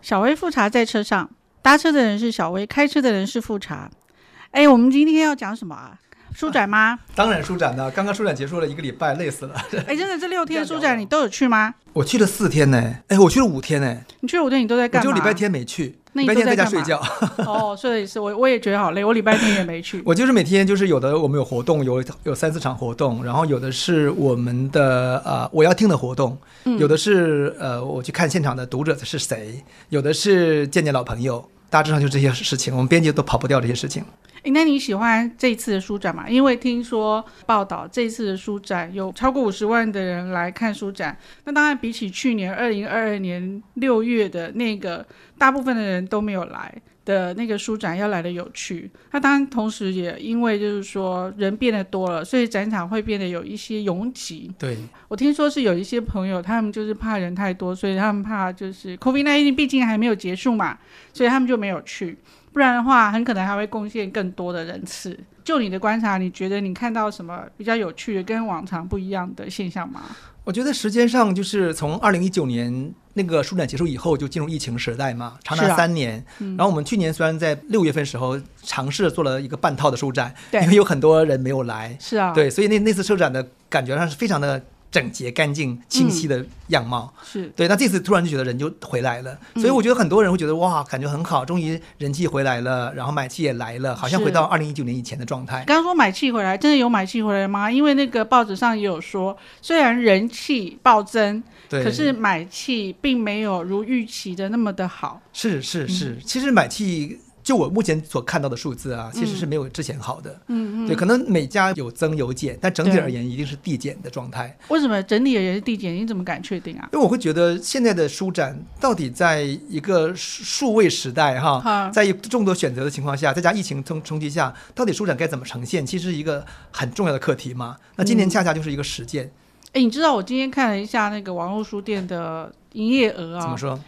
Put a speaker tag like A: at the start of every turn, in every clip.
A: 小薇富察在车上，搭车的人是小薇，开车的人是富察。哎，我们今天要讲什么啊？书展吗？
B: 当然舒展呢，刚刚舒展结束了一个礼拜，累死了。
A: 哎，真的这六天书展你都有去吗？
B: 我去了四天呢，哎，我去了五天呢，
A: 你去了五天你都在
B: 我
A: 干嘛？
B: 就礼拜天没去，
A: 那
B: 礼
A: 你都
B: 拜天
A: 在
B: 在家
A: 干嘛
B: 睡觉。。
A: 哦，所以是我我也觉得好累，我礼拜天也没去
B: 我就是每天就是有的我们有活动，有有三四场活动，然后有的是我们的呃我要听的活动，
A: 嗯
B: 有的是呃我去看现场的读者是谁，有的是见见老朋友，大致上就这些事情。我们编辑都跑不掉这些事情。
A: 哎，那你喜欢这一次的书展吗？因为听说报道这一次的书展有超过五十万的人来看书展，那当然比起去年二零二二年六月的那个大部分的人都没有来的那个书展要来的有趣。那当然，同时也因为就是说人变得多了，所以展场会变得有一些拥挤。
B: 对，
A: 我听说是有一些朋友，他们就是怕人太多，所以他们怕就是 COVID 1 9毕竟还没有结束嘛，所以他们就没有去。不然的话，很可能还会贡献更多的人次。就你的观察，你觉得你看到什么比较有趣的、跟往常不一样的现象吗？
B: 我觉得时间上就是从二零一九年那个书展结束以后，就进入疫情时代嘛，长
A: 是
B: 达
A: 啊
B: 三年。然后我们去年虽然在六月份时候尝试做了一个半套的书展，
A: 对
B: 因为有很多人没有来，
A: 是啊，，
B: 对，所以那那次车展的感觉上是非常的整洁、干净、清晰的样貌。
A: 是
B: 对，那这次突然就觉得人就回来了，
A: 嗯
B: 所以我觉得很多人会觉得哇，感觉很好，终于人气回来了，然后买气也来了，好像
A: 是
B: 回到二零一九年以前的状态。
A: 刚刚说买气回来，真的有买气回来吗？因为那个报纸上也有说，虽然人气暴增，
B: 对，
A: 可是买气并没有如预期的那么的好。
B: 是是是，
A: 嗯
B: 其实买气。就我目前所看到的数字啊，其实是没有之前好的。
A: 嗯嗯，
B: 对，可能每家有增有减，但整体
A: 对
B: 而言一定是递减的状态。
A: 为什么整体而言是递减？你怎么敢确定啊？
B: 因为我会觉得现在的书展到底在一个数数位时代哈，
A: 哈，
B: 在众多选择的情况下，再加疫情冲冲击下，到底书展该怎么呈现，其实是一个很重要的课题嘛。那
A: 嗯
B: 今年恰恰就是一个实践，
A: 哎，你知道我今天看了一下那个网络书店的营业额
B: 怎
A: 啊
B: 么，说？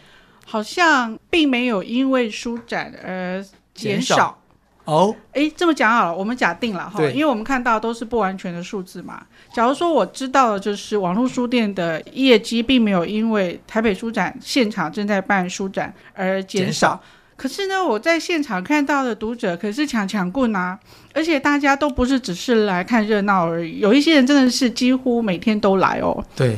A: 好像并没有因为书展而减
B: 减少。哦，
A: 哎，这么讲好了，我们假定了哈，
B: 对
A: 因为我们看到都是不完全的数字嘛。假如说我知道的就是网络书店的业绩并没有因为台北书展现场正在办书展而减
B: 减少
A: 可是呢，我在现场看到的读者可是抢抢棍啊，而且大家都不是只是来看热闹而已，有一些人真的是几乎每天都来哦。
B: 对，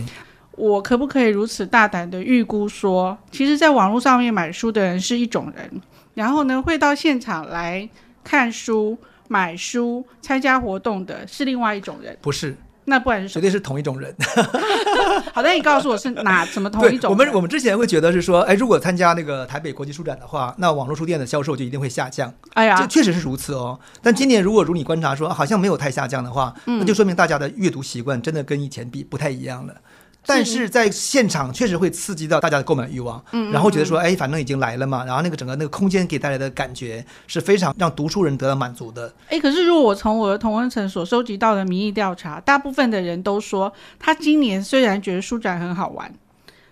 A: 我可不可以如此大胆的预估说，其实在网络上面买书的人是一种人，然后呢会到现场来看书、买书、参加活动的是另外一种人，
B: 不是，
A: 那不然是什
B: 绝对是同一种人。
A: 么？好在你告诉我是哪怎么同一
B: 对，
A: 种人
B: 我们我们之前会觉得是说，哎，如果参加那个台北国际书展的话，那网络书店的销售就一定会下降，
A: 哎
B: 这
A: 呀，
B: 确实是如此哦。但今年如果如你观察说，啊好像没有太下降的话，那
A: 嗯
B: 就说明大家的阅读习惯真的跟以前比不太一样了。但是在现场确实会刺激到大家的购买欲望，
A: 嗯
B: 然后觉得说，哎，反正已经来了嘛，然后那个整个那个空间给带来的感觉是非常让读书人得到满足的。
A: 哎，可是如果我从我的同温层所收集到的民意调查，大部分的人都说，他今年虽然觉得书展很好玩，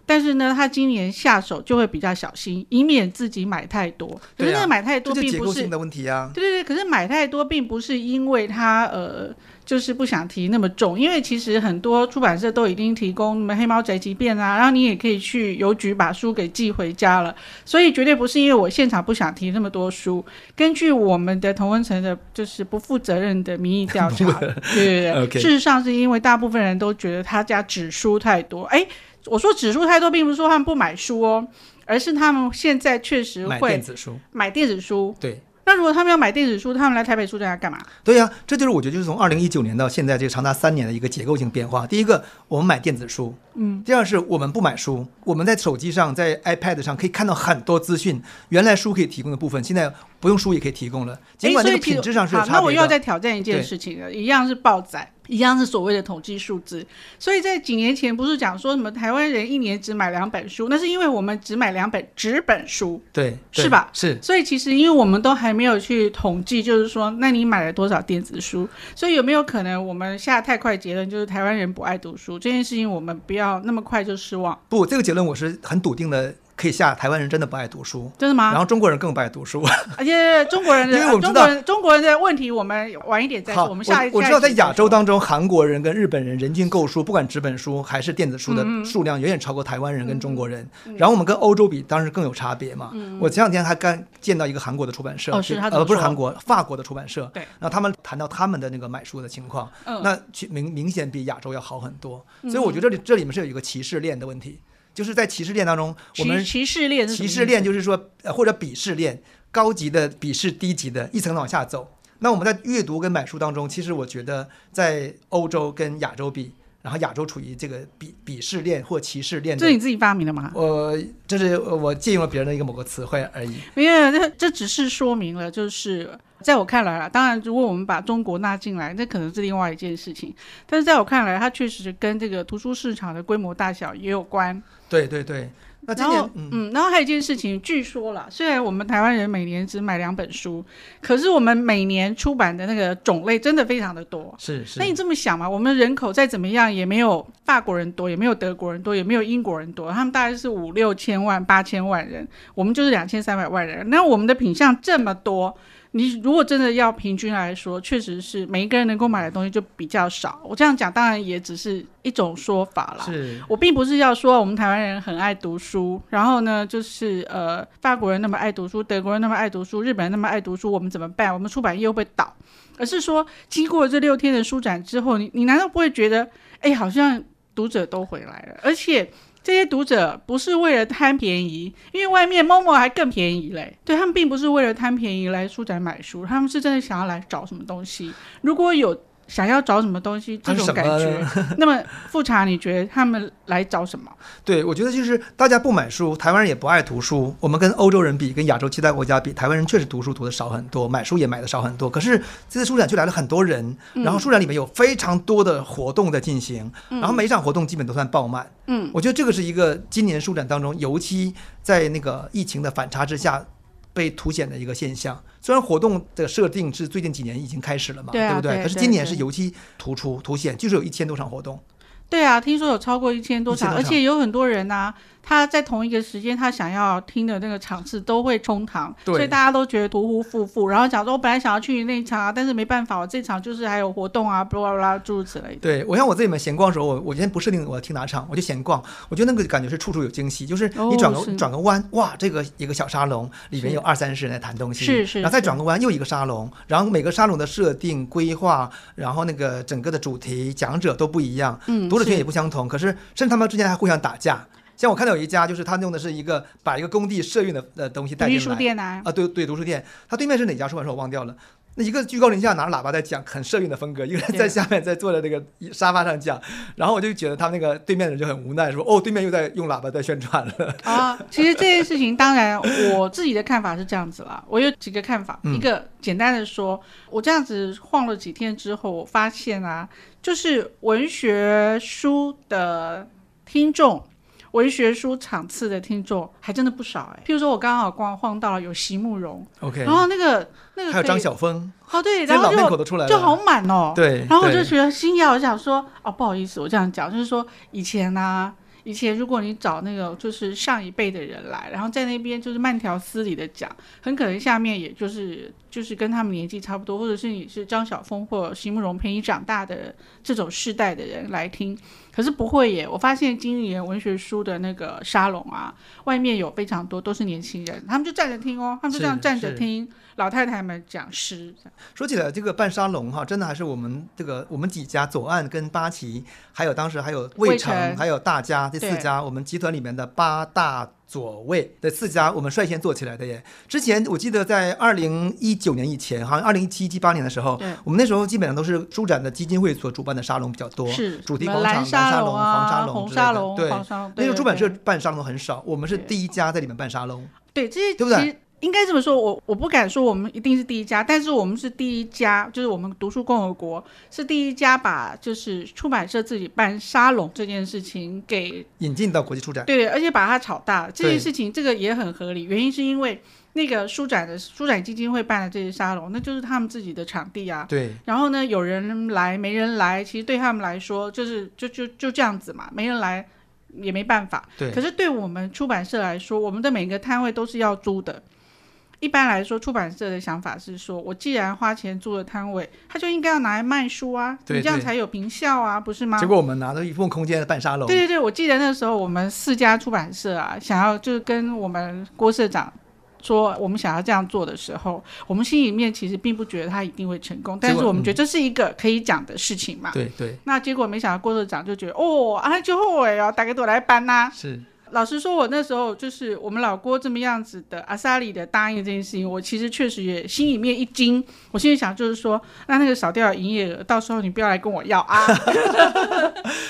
A: 但是呢，他今年下手就会比较小心，以免自己买太多。可是
B: 对
A: 那
B: 啊
A: 个买太多
B: 这就
A: 并
B: 结
A: 不
B: 构
A: 是
B: 性的问题啊，
A: 对对对，可是买太多并不是因为他呃，就是不想提那么重，因为其实很多出版社都已经提供什么黑猫宅急便啊，然后你也可以去邮局把书给寄回家了，所以绝对不是因为我现场不想提那么多书。根据我们的同温层的，就是不负责任的民意调 查，对对对
B: OK
A: 事实上是因为大部分人都觉得他家纸书太多，哎。我说纸书太多，并不是说他们不买书哦，而是他们现在确实
B: 买
A: 会
B: 电子书，
A: 买电子书，
B: 对。
A: 那如果他们要买电子书，他们来台北书展要干嘛？
B: 对呀、这就是我觉得就是从二零一九年到现在这个长达三年的一个结构性变化。第一个，我们买电子书，嗯；第二是我们不买书，我们在手机上、在 iPad 上可以看到很多资讯，原来书可以提供的部分，现在不用书也可以提供了。尽管
A: 诶所
B: 这个
A: 以其
B: 品
A: 实
B: 质上是有
A: 好，
B: 差
A: 那我又
B: 别
A: 要
B: 的。
A: 再挑战一件
B: 对
A: 事情了，一样是报载，一样是所谓的统计数字。所以在几年前不是讲说什么台湾人一年只买两本书，那是因为我们只买两本纸本书。
B: 对，
A: 是吧
B: 是，
A: 所以其实因为我们都还没有去统计，就是说，那你买了多少电子书？所以有没有可能我们下太快结论，就是台湾人不爱读书这件事情，我们不要那么快就失望？
B: 不，这个结论我是很笃定的可以下台湾人真的不爱读书，
A: 真的吗？
B: 然后中国人更不爱读书。
A: 而且啊中国人的，啊
B: 因为我
A: 中
B: 们知道
A: 国人中国人的问题，我们晚一点再
B: 好，
A: 说。们下一
B: 我我
A: 下
B: 知道
A: 一
B: 在
A: 集
B: 亚
A: 再
B: 洲
A: 说
B: 当中，韩国人跟日本人人均购书，不管纸本书还是电子书的
A: 嗯
B: 数量，远远超过台湾人跟中国人。然后我们跟欧洲比，当然更有差别嘛。我前两天还刚见到一个韩国的出版社，
A: 嗯哦是
B: 就
A: 他怎么
B: 呃不是
A: 说
B: 韩国，法国的出版社，
A: 对，
B: 然后他们谈到他们的那个买书的情况，
A: 嗯
B: 那其明明显比亚洲要好很多。所以我觉得这里这里面是有一个歧视链的问题，就是在歧视链当中，我们
A: 歧歧视链是什么
B: 歧
A: 意思
B: 视链就是说，呃或者鄙视链，高级的鄙视低级的，一层往下走。那我们在阅读跟买书当中，其实我觉得在欧洲跟亚洲比，然后亚洲处于这个鄙鄙视链或歧视链
A: 这是
B: 的。
A: 你自己发明的吗？
B: 我这是呃我借用了别人的一个某个词汇而已。
A: 没有，这这只是说明了，就是在我看来啊，当然，如果我们把中国纳进来，那可能是另外一件事情。但是在我看来，它确实跟这个图书市场的规模大小也有关。
B: 对对对，那今
A: 然
B: 年
A: 后，
B: 嗯，
A: 嗯，然后还有一件事情，据说啦，虽然我们台湾人每年只买两本书，可是我们每年出版的那个种类真的非常的多。
B: 是是
A: 那，你这么想嘛？我们人口再怎么样，也没有法国人多，也没有德国人多，也没有英国人多，他们大概是五六千万、八千万人，我们就是两千三百万人。那我们的品相这么多，你如果真的要平均来说，确实是每一个人能够买的东西就比较少。我这样讲，当然也只是一种说法啦。
B: 是
A: 我并不是要说我们台湾人很爱读书，然后呢，就是呃，法国人那么爱读书，德国人那么爱读书，日本人那么爱读书，我们怎么办？我们出版业会不会倒？而是说，经过这六天的书展之后，你你难道不会觉得，哎，好像读者都回来了？而且这些读者不是为了贪便宜，因为外面 Momo 还更便宜嘞。对他们并不是为了贪便宜来书展买书，他们是真的想要来找什么东西。如果有想要找什么东西这
B: 它是
A: 种
B: 什么
A: 感觉， 那么富察，你觉得他们来找什么？
B: 对，我觉得就是大家不买书，台湾人也不爱读书。我们跟欧洲人比，跟亚洲其他国家比，台湾人确实读书读的少很多，买书也买的少很多。可是这次书展却来了很多人，
A: 嗯
B: 然后书展里面有非常多的活动在进行，然后每一场活动基本都算爆满。
A: 嗯，
B: 我觉得这个是一个今年书展当中，尤其在那个疫情的反差之下。被凸显的一个现象，虽然活动的设定是最近几年已经开始了嘛，
A: 对啊
B: 不对？
A: 对
B: 可是
A: 对
B: 今年
A: 对
B: 是尤其突出凸显，据说有一千多场活动。
A: 对啊，听说有超过一千多
B: 1000
A: 场，
B: 多
A: 而
B: 场
A: 且有很多人呐、他在同一个时间，他想要听的那个场次都会冲堂，
B: 对
A: 所以大家都觉得屠夫夫妇，然后讲说，我本来想要去那一场啊，但是没办法，我这场就是还有活动啊，巴拉巴拉诸如此类的。
B: 对我像我自己们闲逛的时候，我我今天不设定我要听哪场，我就闲逛，我觉得那个感觉是处处有惊喜，就是
A: 哦
B: 你转个、
A: 是
B: 转个弯，哇，这个一个小沙龙里面
A: 是
B: 有二三十人在谈东西，
A: 是是
B: 然后再
A: 是
B: 转个弯又一个沙龙，然后每个沙龙的设定规划，然后那个整个的主题讲者都不一样，
A: 嗯，
B: 读者群
A: 是
B: 也不相同，可是甚至他们之间还互相打架。像我看到有一家，就是他用的是一个把一个工地社运的呃东西带
A: 独立
B: 进
A: 书
B: 来，
A: 店啊，
B: 啊，对对，读书店，它对面是哪家出版社我忘掉了。那一个居高临下拿着喇叭在讲，很社运的风格；一个人
A: 对
B: 在下面在坐在那个沙发上讲，然后我就觉得他那个对面的人就很无奈，说：“哦，对面又在用喇叭在宣传了。
A: 啊，其实这件事情，当然我自己的看法是这样子啦。我有几个看法，
B: 嗯
A: 一个简单的说，我这样子晃了几天之后，我发现啊，就是文学书的听众。文学书场次的听众还真的不少哎、譬如说我刚好逛晃到了有席慕容，”
B: OK，
A: 然后那个那个
B: 还有
A: 可以
B: 张，晓峰，
A: 哦对，
B: 这
A: 然
B: 些
A: 后
B: 老面
A: 就
B: 孔都出来了，
A: 就好满哦，
B: 对。
A: 然后我就
B: 对
A: 觉得心痒，我想说，哦，不好意思，我这样讲，就是说以前呢、以前如果你找那个就是上一辈的人来，然后在那边就是慢条斯理的讲，很可能下面也就是就是跟他们年纪差不多，或者是你是张晓峰或席慕容陪你长大的这种世代的人来听。可是不会耶，我发现今年文学书的那个沙龙啊，外面有非常多都是年轻人，他们就站着听哦，他们就这样
B: 是
A: 站着
B: 是
A: 听老太太们讲诗。
B: 说起来，这个半沙龙哈，真的还是我们这个我们几家左岸跟八旗，还有当时还有
A: 魏
B: 魏
A: 城
B: 城，还有大家这四
A: 对
B: 家，我们集团里面的八大左卫这四家，我们率先做起来的耶。之前我记得在二零一九年以前，好像二零一七、一八年的时候
A: 对，
B: 我们那时候基本上都是书展的基金会所主办的沙龙比较多，
A: 是
B: 主题
A: 什么
B: 广场、
A: 蓝
B: 蓝沙
A: 龙
B: 龙、
A: 啊、
B: 黄沙龙
A: 红
B: 之
A: 沙
B: 类的
A: 龙、
B: 对，
A: 黄沙龙，
B: 那
A: 对
B: 时候
A: 对
B: 出版社
A: 对
B: 办沙龙很少，我们是
A: 对
B: 第一家在里面办沙龙。
A: 对这些
B: 对不对
A: 其实应该这么说，我我不敢说我们一定是第一家，但是我们是第一家，就是我们读书共和国是第一家把就是出版社自己办沙龙这件事情给
B: 引进到国际书展，
A: 对，而且把它炒大这件
B: 对
A: 事情，这个也很合理。原因是因为那个书展的书展基金会办的这些沙龙，那就是他们自己的场地啊，
B: 对，
A: 然后呢，有人来没人来，其实对他们来说就是就就就这样子嘛，没人来。也没办法。
B: 对
A: 可是对我们出版社来说，我们的每个摊位都是要租的。一般来说，出版社的想法是说，我既然花钱租了摊位，他就应该要拿来卖书啊，
B: 对
A: 你这样
B: 对
A: 才有评效啊，不是吗？
B: 结果我们拿到一份空间的半沙龙，
A: 对对对，我记得那时候我们四家出版社啊，想要就是跟我们郭社长说我们想要这样做的时候，我们心里面其实并不觉得他一定会成功，但
B: 结
A: 是
B: 果嗯
A: 我们觉得这是一个可以讲的事情嘛。
B: 对对
A: 那结果没想到郭社长就觉得哦，啊就后悔哦，大概都来搬呐、
B: 是，
A: 老实说，我那时候就是我们老郭这么样子的阿萨里的答应这件事情，我其实确实也心里面一惊。我心里想就是说，那那个少掉的营业额，到时候你不要来跟我要啊。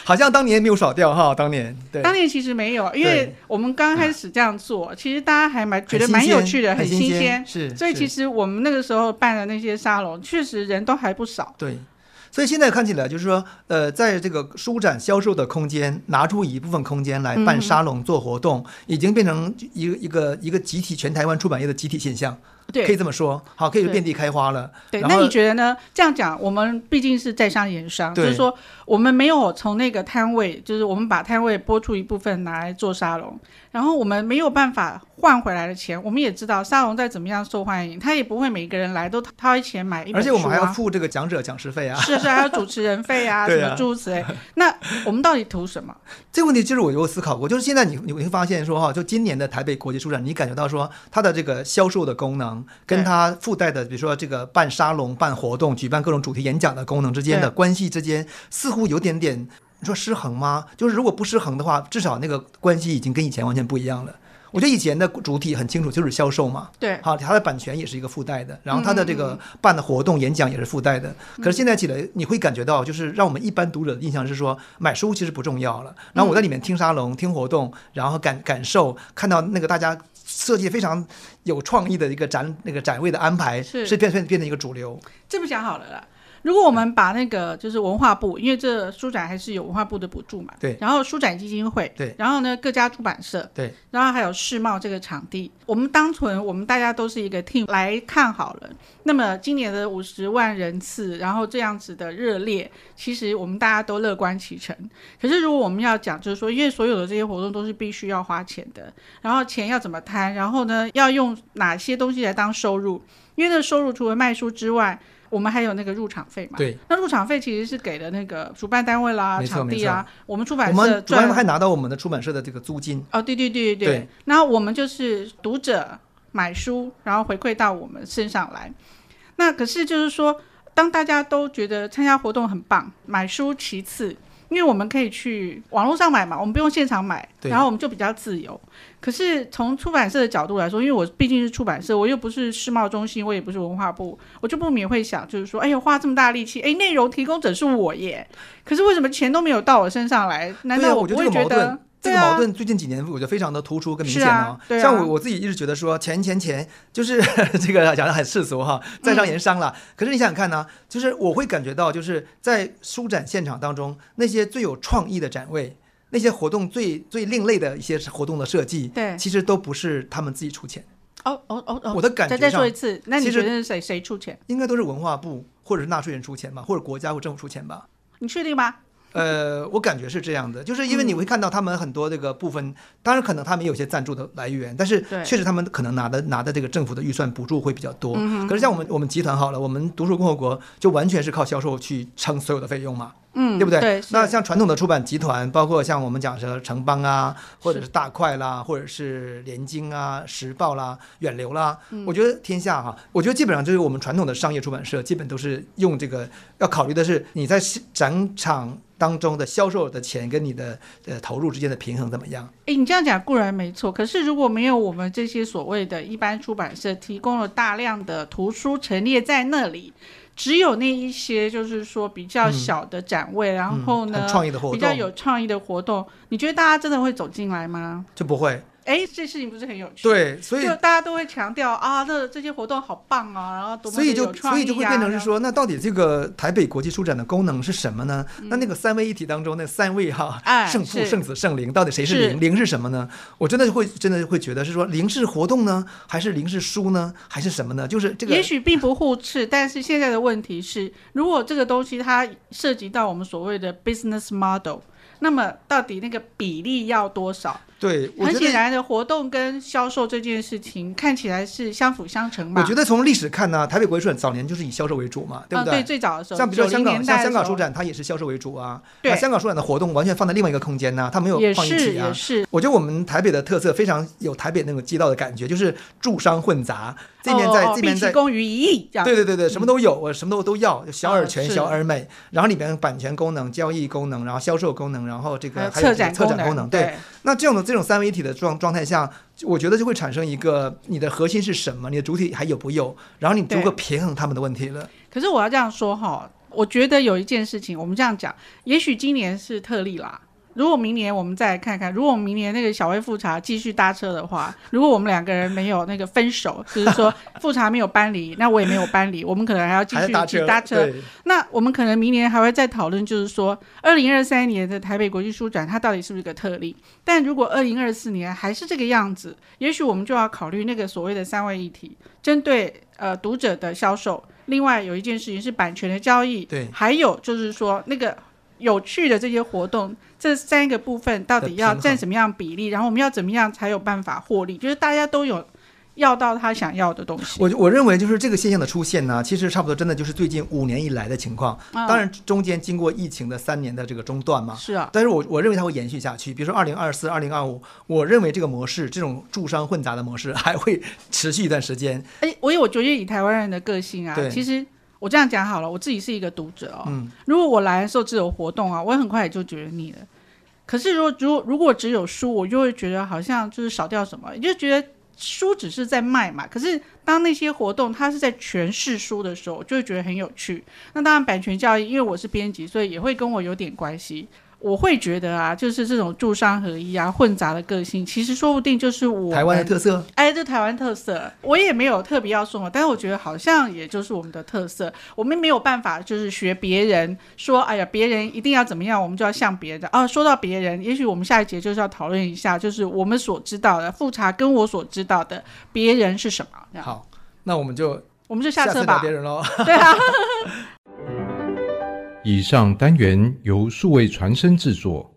B: 好像当年没有少掉哈，当年对，
A: 当年其实没有，因为
B: 对
A: 我们刚开始这样做，其实大家还蛮觉得
B: 很新
A: 蛮有
B: 鲜
A: 趣的，
B: 很
A: 很新
B: 鲜
A: 鲜。
B: 是，
A: 所以
B: 是
A: 其实我们那个时候办的那些沙龙，确实人都还不少。
B: 对，所以现在看起来就是说，呃，在这个书展销售的空间，拿出一部分空间来
A: 嗯
B: 办沙龙做活动，已经变成一个一个一个集体全台湾出版业的集体现象，可以
A: 对
B: 这么说，好，可以
A: 对
B: 遍地开花了。
A: 对，
B: 然
A: 那
B: 后
A: 你觉得呢？这样讲，我们毕竟是在商言商，就
B: 对
A: 是说我们没有从那个摊位，就是我们把摊位拨出一部分拿来做沙龙，然后我们没有办法换回来的钱，我们也知道沙龙再怎么样受欢迎，他也不会每个人来都掏钱买一本
B: 而
A: 书、啊。
B: 且我们还要付这个讲者讲师费啊，
A: 是是，还有主持人费啊，
B: 对
A: 什
B: 啊
A: 么诸如此类。那我们到底图什么？
B: 这个问题其实我有思考过，就是现在你你会发现说哈，就今年的台北国际书展，你感觉到说它的这个销售的功能，跟
A: 对
B: 它附带的，比如说这个办沙龙、办活动、举办各种主题演讲的功能之间的关系之间，似乎有点点你说失衡吗？就是如果不失衡的话，至少那个关系已经跟以前完全不一样了。我觉得以前的主体很清楚，就是销售嘛，
A: 对，嗯
B: 好，它的版权也是一个附带的，然后它的这个办的活动、演讲也是附带的。可是现在起来，你会感觉到，就是让我们一般读者的印象是说，买书其实不重要了。然后我在里
A: 嗯
B: 面听沙龙、听活动，然后感感受，看到那个大家设计非常有创意的一个展那个展位的安排，
A: 是
B: 是变变变成一个主流。
A: 这么讲好了啦。如果我们把那个就是文化部，因为这书展还是有文化部的补助嘛，
B: 对
A: 然后书展基金会，
B: 对，
A: 然后呢各家出版社，
B: 对，
A: 然后还有世贸这个场地，我们当纯我们大家都是一个 team 来看好了。那么今年的五十万人次，然后这样子的热烈，其实我们大家都乐观其成。可是如果我们要讲，就是说，因为所有的这些活动都是必须要花钱的，然后钱要怎么摊，然后呢要用哪些东西来当收入？因为那个收入除了卖书之外，我们还有那个入场费嘛。
B: 对，
A: 那入场费其实是给了那个主办单位啦、
B: 没错
A: 场地啊，我们出
B: 我
A: 版社
B: 们主办
A: 赚
B: 方还拿到我们的出版社的这个租金，
A: 哦，对对对对
B: 对
A: 对。然后我们就是读者买书，然后回馈到我们身上来。那可是就是说，当大家都觉得参加活动很棒，买书其次，因为我们可以去网络上买嘛，我们不用现场买，
B: 对
A: 然后我们就比较自由。可是从出版社的角度来说，因为我毕竟是出版社，我又不是世贸中心，我也不是文化部，我就不免会想，就是说，哎呦，花这么大力气，哎，内容提供者是我耶，可是为什么钱都没有到我身上来？难
B: 对啊
A: 道
B: 我
A: 不
B: 觉得
A: 会
B: 这个
A: 觉
B: 矛
A: 得
B: 盾？这
A: 对
B: 个
A: 啊
B: 矛盾最近几年我觉得非常的突出跟明
A: 是
B: 显
A: 啊对啊
B: 像我我自己一直觉得说钱钱钱，就是 这个讲的很世俗哈，在
A: 嗯
B: 商言商了。可是你想想看呢、就是我会感觉到，就是在书展现场当中，那些最有创意的展位，那些活动最最另类的一些活动的设计，
A: 对
B: 其实都不是他们自己出钱。
A: 哦哦哦哦，
B: 我的感
A: 再
B: 觉
A: 再说
B: 上
A: 一，次，那
B: 其
A: 你
B: 实
A: 觉得是谁谁出钱？
B: 应该都是文化部或者是纳税人出钱吧，或者国家或政府出钱吧。
A: 你确定吗？
B: 呃，我感觉是这样的，就是因为你会看到他们很多这个部分，当然可能他们也有些赞助的来源，但是
A: 对
B: 确实他们可能拿的拿的这个政府的预算补助会比较多。可是像我们我们集团好了，我们读书共和国就完全是靠销售去撑所有的费用嘛，
A: 嗯，
B: 对不对？
A: 对，是
B: 那像传统的出版集团，包括像我们讲的城邦啊，或者是大块啦，或者是联经啊、时报啦、远流啦，
A: 嗯
B: 我觉得天下哈、我觉得基本上就是我们传统的商业出版社，基本都是用这个要考虑的是你在市展场当中的销售的钱跟你的呃投入之间的平衡怎么样。
A: 诶，你这样讲固然没错，可是如果没有我们这些所谓的一般出版社提供了大量的图书陈列在那里，只有那一些就是说比较小的展位，然后
B: 嗯、
A: 呢
B: 很创意的活
A: 比较
B: 动
A: 有创意的活动，你觉得大家真的会走进来吗？
B: 就不会
A: 诶，这事情不是很有趣？。
B: 对，所以
A: 就大家都会强调啊，这这些活动好棒啊，然后多么
B: 所以
A: 的有
B: 就
A: 创
B: 所以
A: 意
B: 就会
A: 啊
B: 变成
A: 然
B: 是
A: 后
B: 说，那到底这个台北国际书展的功能是什么呢？那那个三位一体当中，那三位哈、
A: 嗯哎
B: 圣父、
A: 是
B: 圣子、圣灵，到底谁是
A: 是
B: 灵？灵是什么呢？我真的会真的会觉得是说，灵是活动呢，还是灵是书呢，还是什么呢？就是这个
A: 也许并不互斥，但是现在的问题是，如果这个东西它涉及到我们所谓的 business model，那么到底那个比例要多少？
B: 对，我
A: 很
B: 觉
A: 显
B: 得。
A: 然的，活动跟销售这件事情看起来是相辅相成嘛。
B: 我觉得从历史看呢、台北国际书展早年就是以销售为主嘛，对不
A: 啊、对，最早的时候，
B: 像比如说
A: 90
B: 香港，
A: 年代
B: 像
A: 的
B: 香港
A: 时
B: 书
A: 候
B: 展，它也是销售为主啊。
A: 对
B: 那香港书展的活动完全放在另外一个空间呐、它没有
A: 也
B: 放一
A: 是
B: 起啊
A: 也。是，
B: 我觉得我们台北的特色非常有台北那种街道的感觉，就是住商混杂，这边在、
A: 哦哦
B: 这边
A: 毕
B: 在
A: 其功于一役这样。
B: 对对对对，什么都有，我什么都都要，小而全、
A: 啊嗯是
B: 小而美，然后里边版权功能、交易功能，然后销售功能，然后这
A: 还有
B: 个还有
A: 呃策
B: 这个
A: 展
B: 策展
A: 功
B: 功能，对。，那这样的这种三位一体的状状态下，我觉得就会产生一个你的核心是什么，你的主体还有不有，然后你如何平衡他们的问题了。
A: 可是我要这样说哈，我觉得有一件事情，我们这样讲，也许今年是特例啦。如果明年我们再来看看，如果我们明年那个小薇复查继续搭车的话， 如果我们两个人没有那个分手，就是说复查没有搬离，那我也没有搬离，我们可能还要继
B: 还
A: 续
B: 是
A: 一
B: 搭
A: 起
B: 车，
A: 搭车。
B: 对
A: 那我们可能明年还会再讨论，就是说，二零二三年的台北国际书展它到底是不是一个特例？但如果二零二四年还是这个样子，也许我们就要考虑那个所谓的三位一体，针对呃读者的销售。另外有一件事情是版权的交易，
B: 对
A: 还有就是说那个有趣的这些活动，这三个部分到底要
B: 的平衡
A: 占什么样比例？然后我们要怎么样才有办法获利？就是大家都有要到他想要的东西。
B: 我我认为就是这个现象的出现呢，其实差不多真的就是最近五年以来的情况。
A: 嗯
B: 当然中间经过疫情的三年的这个中断嘛，
A: 是啊，
B: 但是我我认为它会延续下去，比如说二零二四、二零二五，我认为这个模式，这种住商混杂的模式还会持续一段时间。
A: 哎、我有我觉得以台湾人的个性啊，
B: 对
A: 其实我这样讲好了，我自己是一个读者哦。
B: 嗯
A: 如果我来的时候只有活动啊，我很快也就觉得腻了。可是如果如果如果只有书，我就会觉得好像就是少掉什么，也就觉得书只是在卖嘛。可是当那些活动它是在诠释书的时候，我就会觉得很有趣。那当然，版权教育，因为我是编辑，所以也会跟我有点关系。我会觉得啊，就是这种住商合一啊、混杂的个性，其实说不定就是我们
B: 台湾的特色，
A: 哎，这台湾特色，我也没有特别要说嘛，但是我觉得好像也就是我们的特色，我们没有办法就是学别人说，哎呀，别人一定要怎么样，我们就要像别人啊。说到别人，也许我们下一节就是要讨论一下，就是我们所知道的复查跟我所知道的别人是什么。这样
B: 好，那我们就
A: 我们就
B: 下
A: 车
B: 次
A: 吧
B: 聊，别人喽。
A: 对啊。
C: 以上单元由数位传声制作，